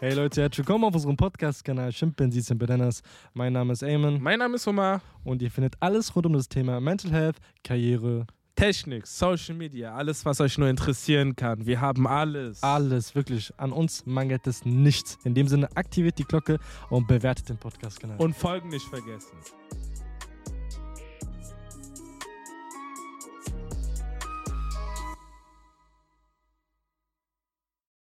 Hey Leute, herzlich willkommen auf unserem Podcast-Kanal Chimpanzees and Bananas. Mein Name ist Eamon Mein Name ist Omar. und ihr findet alles rund um das Thema Mental Health, Karriere, Technik, Social Media, alles, was euch nur interessieren kann. Wir haben alles. alles, wirklich. An uns mangelt es nichts. In dem Sinne, aktiviert die Glocke und bewertet den Podcast-Kanal. Und Folgen nicht vergessen.